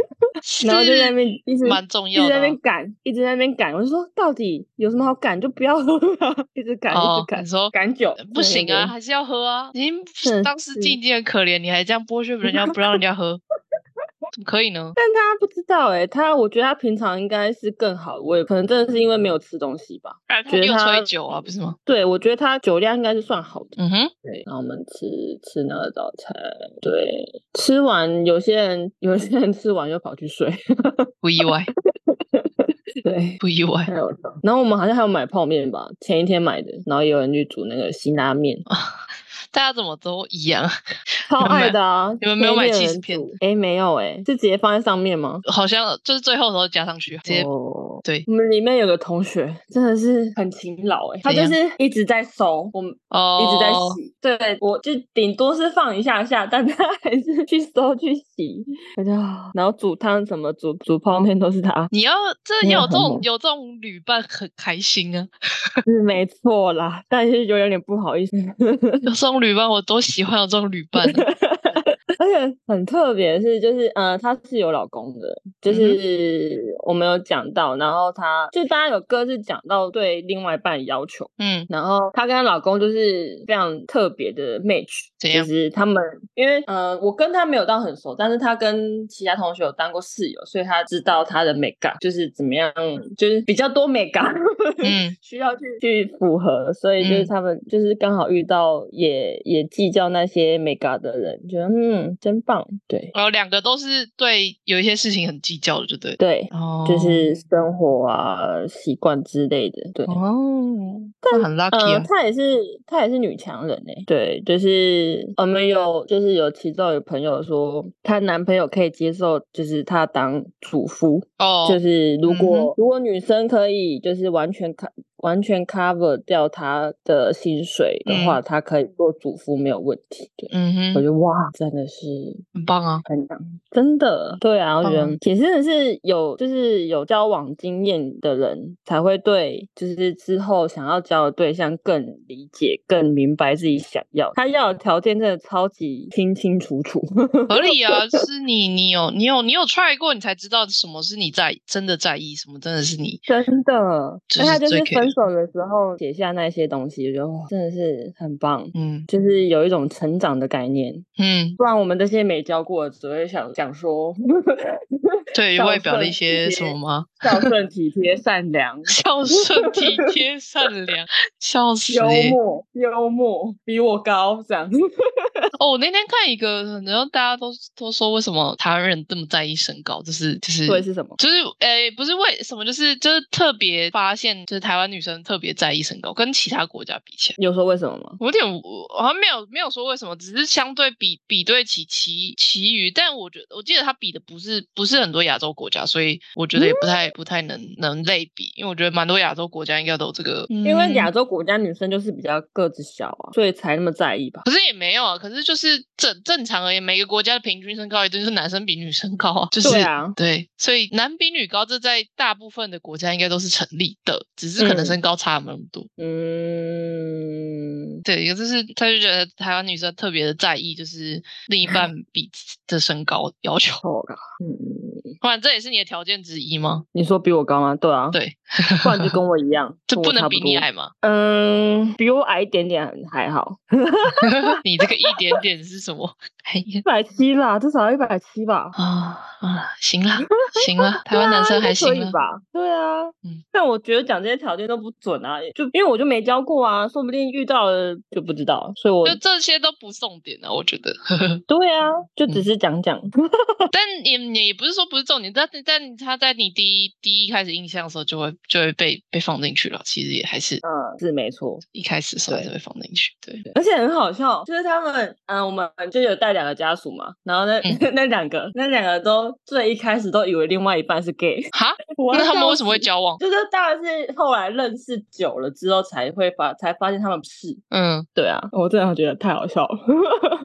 S2: 然后就在那边一直
S1: 是蛮重
S2: 一直
S1: 要
S2: 在
S1: 的
S2: 那
S1: 啊、
S2: 边赶，一直在那边赶，我就说到底有什么好赶，就不要喝了， 一直赶，一
S1: 哦
S2: 直，赶
S1: 你，说
S2: 赶酒
S1: 不行啊，，
S2: 对对对
S1: 还是要喝啊！已经
S2: 真的
S1: 当司机
S2: 是
S1: 已经很可怜，你还这样剥削人家，不让人家 喝，怎么可以呢？
S2: 但他不知道哎、他我觉得他平常应该是更好，我也可能真的是因为没有吃东西吧，
S1: 啊他
S2: 觉得
S1: 又
S2: 他
S1: 吹酒啊，不是吗？
S2: 对我觉得他酒量应该是算好的。
S1: 嗯哼，
S2: 对，然后我们吃吃那个早餐，对，吃完有些人有些人吃完又跑去睡，
S1: 不意外，
S2: 对，
S1: 不意外
S2: 还。有，然后我们好像还有买泡面吧，前一天买的，然后也有人去煮那个辛拉面，
S1: 大家怎么都一样，
S2: 超
S1: 你们哦
S2: 爱
S1: 买
S2: 的啊！
S1: 你们没有买
S2: 前一天
S1: cheese 片
S2: 人煮？哎，没有哎、是直接放在上面吗？
S1: 好像就是最后的时候加上去，直接、
S2: 哦。
S1: 对
S2: 我们里面有个同学真的是很勤劳哎、他
S1: 怎
S2: 就
S1: 样
S2: 是一直在收，我们
S1: 哦，
S2: 一直在洗。对，我就顶多是放一下下，但他还是去收去洗。我就啊然后煮汤什么煮煮泡面都是他，
S1: 你要这
S2: 没有
S1: 有这
S2: 很
S1: 种
S2: 猛
S1: 有这种旅伴很开心 啊，
S2: 是没错啦，但是就有点不好意思。
S1: 有这种旅伴我多喜欢有这种旅伴啊、
S2: 而且很特别的是，就是呃，她是有老公的，
S1: 嗯
S2: 就是我们有讲到，然后她就大家有各自讲到对另外一半的要求，
S1: 嗯，
S2: 然后她跟她老公就是非常特别的 match，
S1: 怎
S2: 就
S1: 样嗯
S2: 是他们因为呃，我跟她没有到很熟，但是她跟其他同学有当过室友，所以她知道她的美感就是怎么样，就是比较多美感，
S1: 嗯，
S2: 需要去去符合，所以就是
S1: 嗯
S2: 他们就是刚好遇到也、也计较那些美感的人，觉得嗯真棒，对
S1: 然后两个都是对有一些事情很计较的，就对了。
S2: 对。
S1: 哦
S2: 就是生活啊、习惯之类的，对，
S1: 哦，但很 lucky
S2: 呃，
S1: 啊。
S2: 她也是，她也是女强人哎、对，就是我们有，就是有其中有朋友说，她男朋友可以接受，就是她当主夫，
S1: 哦，
S2: 就是如
S1: 嗯哼
S2: 果、如果女生可以就是完全 co 完全 cover 掉她的薪水的话，
S1: 嗯
S2: 她可以做主妇没有问题。对，
S1: 嗯哼，
S2: 我觉得哇，真的是
S1: 很棒啊。
S2: 很棒，真的对啊，我觉得
S1: 嗯
S2: 也真的是有就是有交往经验的人才会对，就是之后想要交的对象更理解、更明白自己想要，他要的条件真的超级清清楚楚。
S1: 合理啊，就是你，你有，你有，你有 try 过，你才知道什么是你在真的在意，什么真的是你
S2: 真的，
S1: 这
S2: 那他
S1: 是
S2: 就
S1: 最
S2: 是
S1: care
S2: 分
S1: 的
S2: 手的时候写下那些东西，我觉得哇，真的是很棒，
S1: 嗯
S2: 就是有一种成长的概念。
S1: 嗯，
S2: 不然我们这些没教过的，只会想讲说
S1: 对于
S2: 孝
S1: 外表的
S2: 顺
S1: 一些
S2: 体
S1: 什么
S2: 贴
S1: 吗？
S2: 孝顺、体贴、善良、
S1: 孝顺、体贴、善良，笑死、
S2: 幽
S1: 欸！
S2: 默、幽默，比我高这样。
S1: 哦，我那天看一个，然后大家都都说为什么台湾人这么在意身高，就是就是
S2: 所以是什么？
S1: 就是诶、不是为什么，就是就是特别发现，就是台湾女生特别在意身高，跟其他国家比起来。
S2: 有说为什么吗？
S1: 我有点无好像没有没有说为什么，只是相对比比对起其其余，但我觉得我记得他比的不是不是很多亚洲国家，所以我觉得也不太、不太能能类比，因为我觉得蛮多亚洲国家应该都有这个，
S2: 因为
S1: 嗯
S2: 亚洲国家女生就是比较个子小啊，所以才那么在意吧。
S1: 可是也没有啊，可是就是正正常而言，每个国家的平均身高一定是男生比女生高啊，就是
S2: 对啊
S1: 对所以男比女高，这在大部分的国家应该都是成立的，只是可能
S2: 嗯
S1: 身高差没那么多。
S2: 嗯，
S1: 对，一个就是他就觉得台湾女生特别的在意，就是另一半 比自己的身高要求，
S2: 错了。嗯，
S1: 不然这也是你的条件之一吗？
S2: 你说比我高吗？对啊，，
S1: 对，
S2: 不然就跟我一样，
S1: 这
S2: 跟
S1: 不
S2: 我差
S1: 能比
S2: 多
S1: 你矮吗？
S2: 嗯，比我矮一点点还好，
S1: 你这个一点点是什么？ 哎呀
S2: 一百七啦，至少一百七吧。
S1: 啊啊，行啦行啦，台湾男生还行
S2: 对啊应该 可
S1: 啦
S2: 以。吧？对啊，
S1: 嗯
S2: 但我觉得讲这些条件都不准啊，就因为我就没教过啊，说不定遇到了就不知道，所以我
S1: 就这些都不重点啊，我觉得。
S2: 对啊，就只
S1: 嗯
S2: 是讲讲。
S1: 但也也不是说不是重点，但但他在你第一第一开始印象的时候就会就会被被放进去了，其实也还是
S2: 嗯，是没错，
S1: 一开始的时候还是
S2: 对
S1: 会放进去， 对。
S2: 而且很好笑，就是他们，嗯、我们就有带两个家属嘛，然后那、
S1: 嗯
S2: 那两个那两个都最一开始都以为另外一半是 gay，
S1: 哈，
S2: 我
S1: 那
S2: 要
S1: 他们
S2: 笑
S1: 为什么会
S2: 死
S1: 交往？
S2: 就是当然是后来认识久了之后才会发才发现他们不是，
S1: 嗯，
S2: 对啊，我真的觉得太好笑了。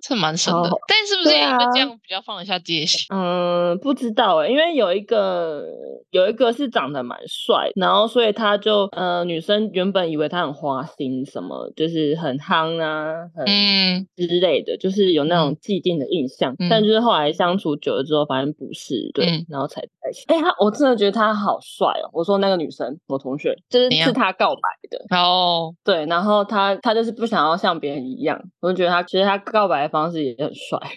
S1: 这蛮深的
S2: 好。
S1: 但是不是
S2: 哦对
S1: 也因为这
S2: 啊
S1: 样比较放得下界 限？
S2: 嗯，不知道哎、因为有一个有一个是长得蛮帅，然后所以他就呃，女生原本以为他很花心，什么就是很夯啊，很
S1: 嗯
S2: 之类的，就是有那种既定的印象。但
S1: 嗯
S2: 就是后来相处久了之后，发现不是，对，
S1: 嗯
S2: 然后才在一起。哎、他我真的觉得他好帅哦！我说那个女生，我同学，就是
S1: 怎
S2: 是
S1: 样
S2: 他告白的，
S1: 然后
S2: 对，然后他他就是不想要像别人一样，我就觉得他其实他告白的方式也很帅。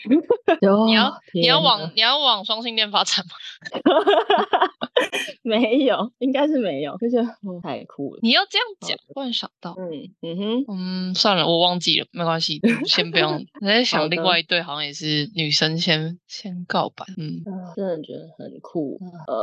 S2: 哦
S1: 你
S2: 你
S1: 要你要往你要往双性恋发展吗？
S2: 没有，应该是没有，就觉得哦太酷了。
S1: 你要这样
S2: 好
S1: 讲，突然想到，
S2: 嗯嗯哼，
S1: 嗯，算了，我忘记了，没关 系，先不用。我在
S2: 好
S1: 想另
S2: 的
S1: 外一对好像也是女生先先告白，嗯。
S2: 啊真的觉得很酷。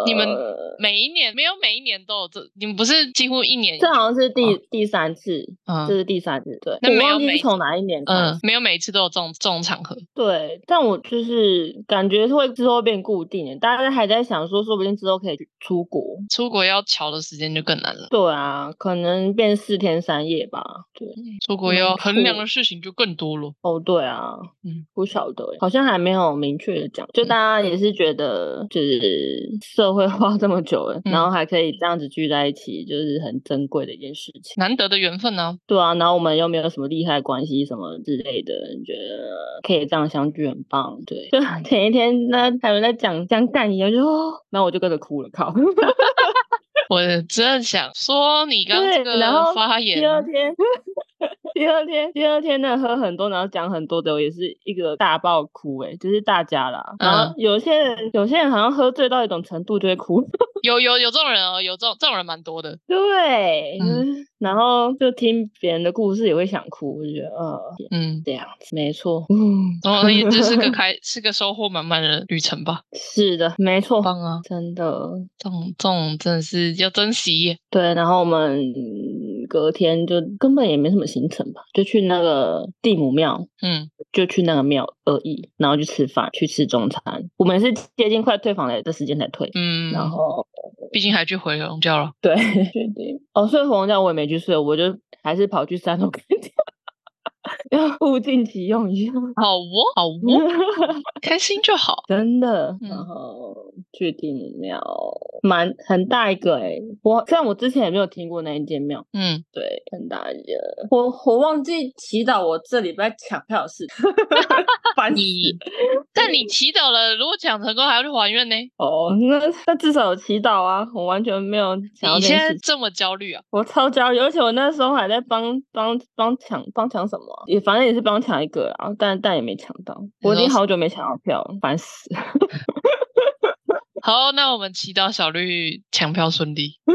S1: 你们
S2: 呃
S1: 每一年没有每一年都有这，你们不是几乎一年
S2: 这好像是第、
S1: 哦
S2: 第三次，这
S1: 嗯
S2: 是第三次，对，
S1: 那
S2: 我
S1: 没有
S2: 忘记
S1: 每
S2: 是从哪一年开始
S1: 嗯。没有每一次都有这种这种场合，
S2: 对，但我就是感觉会之后变固定的，大概还在想说，说不定之后可以去出国。
S1: 出国要瞧的时间就更难了，
S2: 对啊，可能变四天三夜吧。对，
S1: 出国
S2: 嗯没
S1: 要衡量
S2: 错
S1: 的事情就更多了。
S2: 哦，对啊，
S1: 嗯，
S2: 不晓得耶，好像还没有明确的讲。就大家也是觉得，就是社会化这么久了，然
S1: 嗯
S2: 后还可以这样子聚在一起，就是很珍贵的一件事情。
S1: 难得的缘分呢、
S2: 对啊，然后我们又没有什么利害关系什么之类的，觉得可以这样相聚很棒。对， 就前一天那还有人在讲这样干一样，就哦，然后我就跟着哭了，靠。
S1: 我真的想说，你刚这
S2: 对然后
S1: 个发言
S2: 第，二天，第二天，第二天呢，喝很多，然后讲很多的，我也是一个大爆哭、欸，就是大家啦。然后
S1: 嗯
S2: 有些人，有些人好像喝醉到一种程度就会哭。
S1: 有有有这种人哦，有这种这种人蛮多的。
S2: 对，就
S1: 嗯
S2: 是然后就听别人的故事也会想哭，我就觉得，呃，
S1: 嗯，
S2: 这样子没错，嗯，
S1: 然后也就是 个开，是个收获满满的旅程吧。
S2: 是的，没错，
S1: 棒啊，
S2: 真的。
S1: 这种这种真的是要珍惜耶。
S2: 对，然后我们嗯隔天就根本也没什么行程吧，就去那个地母庙，
S1: 嗯，
S2: 就去那个庙而已，然后去吃饭，去吃中餐。我们是接近快退房的的时间才退，
S1: 嗯，
S2: 然后
S1: 毕竟还去回笼觉了。
S2: 对， 确定哦，睡红觉我也没去睡，我就还是跑去三楼看电影 要物尽其用一下，
S1: 好哦，好 哦，开心就好。
S2: 真的。
S1: 嗯
S2: 然后去地母庙，蛮很大一个诶、我虽然我之前也没有听过那一间庙。
S1: 嗯，
S2: 对，很大也，我我忘记祈祷我这礼拜抢票的事，烦死
S1: 你但你祈祷了，如果抢成功还要去还愿呢？
S2: 哦，那那至少有祈祷啊，我完全没有想到
S1: 你
S2: 这
S1: 现
S2: 件
S1: 在
S2: 事情，
S1: 这么焦虑啊？
S2: 我超焦虑，而且我那时候还在帮帮帮抢帮抢什么啊，也反正也是帮抢一个啦，但但也没抢到，
S1: 你
S2: 我已
S1: 说
S2: 经
S1: 是
S2: 好久没抢到票了，烦死了，
S1: 好，那我们祈祷小绿抢票顺利。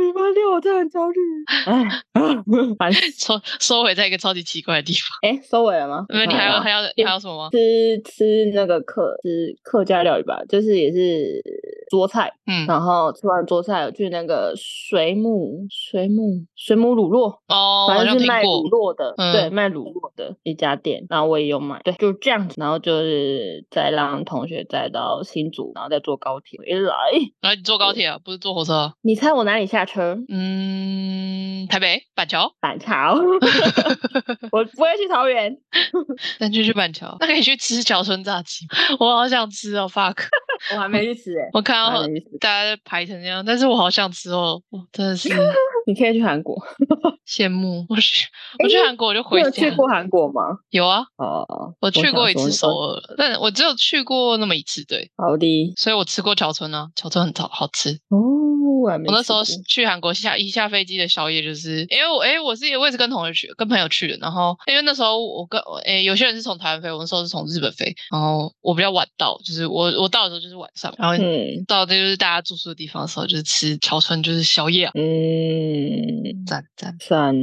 S2: 礼拜六我真的很焦虑，哎，啊 烦死，
S1: 收收回在一个超级奇怪的地方。
S2: 哎，收尾了 吗？
S1: 那呃你
S2: 好
S1: 还有
S2: 啦
S1: 还有
S2: 也
S1: 还有什么吗？
S2: 吃吃那个客吃客家料理吧，就是也是呃桌菜，
S1: 嗯，
S2: 然后吃完桌菜有去那个水母水母水母乳酪，
S1: 哦，我好
S2: 反
S1: 像
S2: 正是
S1: 听
S2: 卖
S1: 过
S2: 乳。酪的，
S1: 嗯
S2: 对，卖乳酪的一家店，然后我也有买，对，就这样子，然后就是再让同学再到新竹，然后再坐高铁回来。
S1: 然后你坐高铁啊，不是坐火车啊？
S2: 你猜我哪里下车？
S1: 嗯，台北板桥，
S2: 板桥，我不会去桃园。
S1: 那就去板桥。那可以去吃桥村炸鸡， 我好想吃哦，fuck！
S2: 我还没去吃哎、
S1: 我看
S2: 我
S1: 到
S2: 还没去吃
S1: 大家排成这样，但是我好想吃哦，我真的是
S2: 你可以去韩国，
S1: 羡慕。我去，我哎去
S2: 诶
S1: 韩国我就
S2: 你
S1: 回
S2: 有
S1: 家
S2: 去
S1: 了。
S2: 过韩国吗？
S1: 有啊，
S2: 哦，
S1: 我去
S2: 想
S1: 过一
S2: 说
S1: 次
S2: 你
S1: 首
S2: 说
S1: 尔，但我只有去过那么一次，对，
S2: 好的，
S1: 所以我吃过桥村啊，桥村很好好吃。
S2: 哦，我还没
S1: 我那
S2: 去
S1: 时候
S2: 过
S1: 是去韩国下一下飞机的宵夜就是，因为我哎我是我也是跟同学去，跟朋友去的，然后因为那时候我跟哎有些人是从台湾飞，我那时候是从日本飞，然后我比较晚到，就是我我到的时候就是晚上，然后
S2: 嗯
S1: 到这就是大家住宿的地方的时候，就是吃桥村就是宵夜啊，
S2: 嗯，
S1: 赞赞，
S2: 算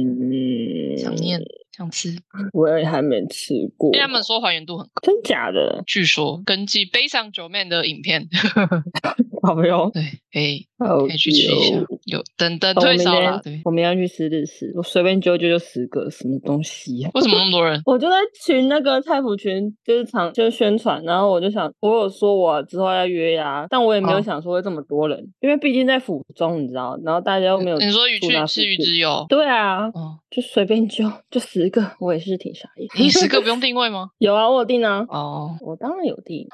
S1: 想
S2: 嗯
S1: 念啊想吃，因
S2: 我也还没吃过，
S1: 为他们说还原度很高，
S2: 真假的
S1: 据说根据《悲伤九妹》的影片，
S2: 好不用，
S1: 对，可以
S2: 好
S1: 可以去吃一下
S2: 哟，
S1: 有等等
S2: 哦我
S1: 退
S2: 明
S1: 烧啦，
S2: 天
S1: 对，
S2: 我明天去吃日式，我随便揪揪就十个，什么东西呀、
S1: 为什么那么多人？
S2: 我就在群那个菜谱群，就是常就是宣传，然后我就想，我有说我之后要约呀、但我也没有
S1: 哦
S2: 想说会这么多人，因为毕竟在府中，你知道，然后大家又没有
S1: 你说鱼
S2: 住那
S1: 去
S2: 附
S1: 吃鱼
S2: 近
S1: 之友，
S2: 对啊，
S1: 哦。
S2: 就随便揪，就十个，我也是挺傻 眼。
S1: 你十个不用定位吗？
S2: 有啊，我有订啊，
S1: 哦，
S2: 我当然有订。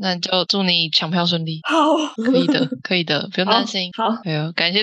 S1: 那就祝你抢票顺利，
S2: 好，
S1: 可以的，可以的，不用担
S2: 好
S1: 心。
S2: 好，
S1: 哎呦，感谢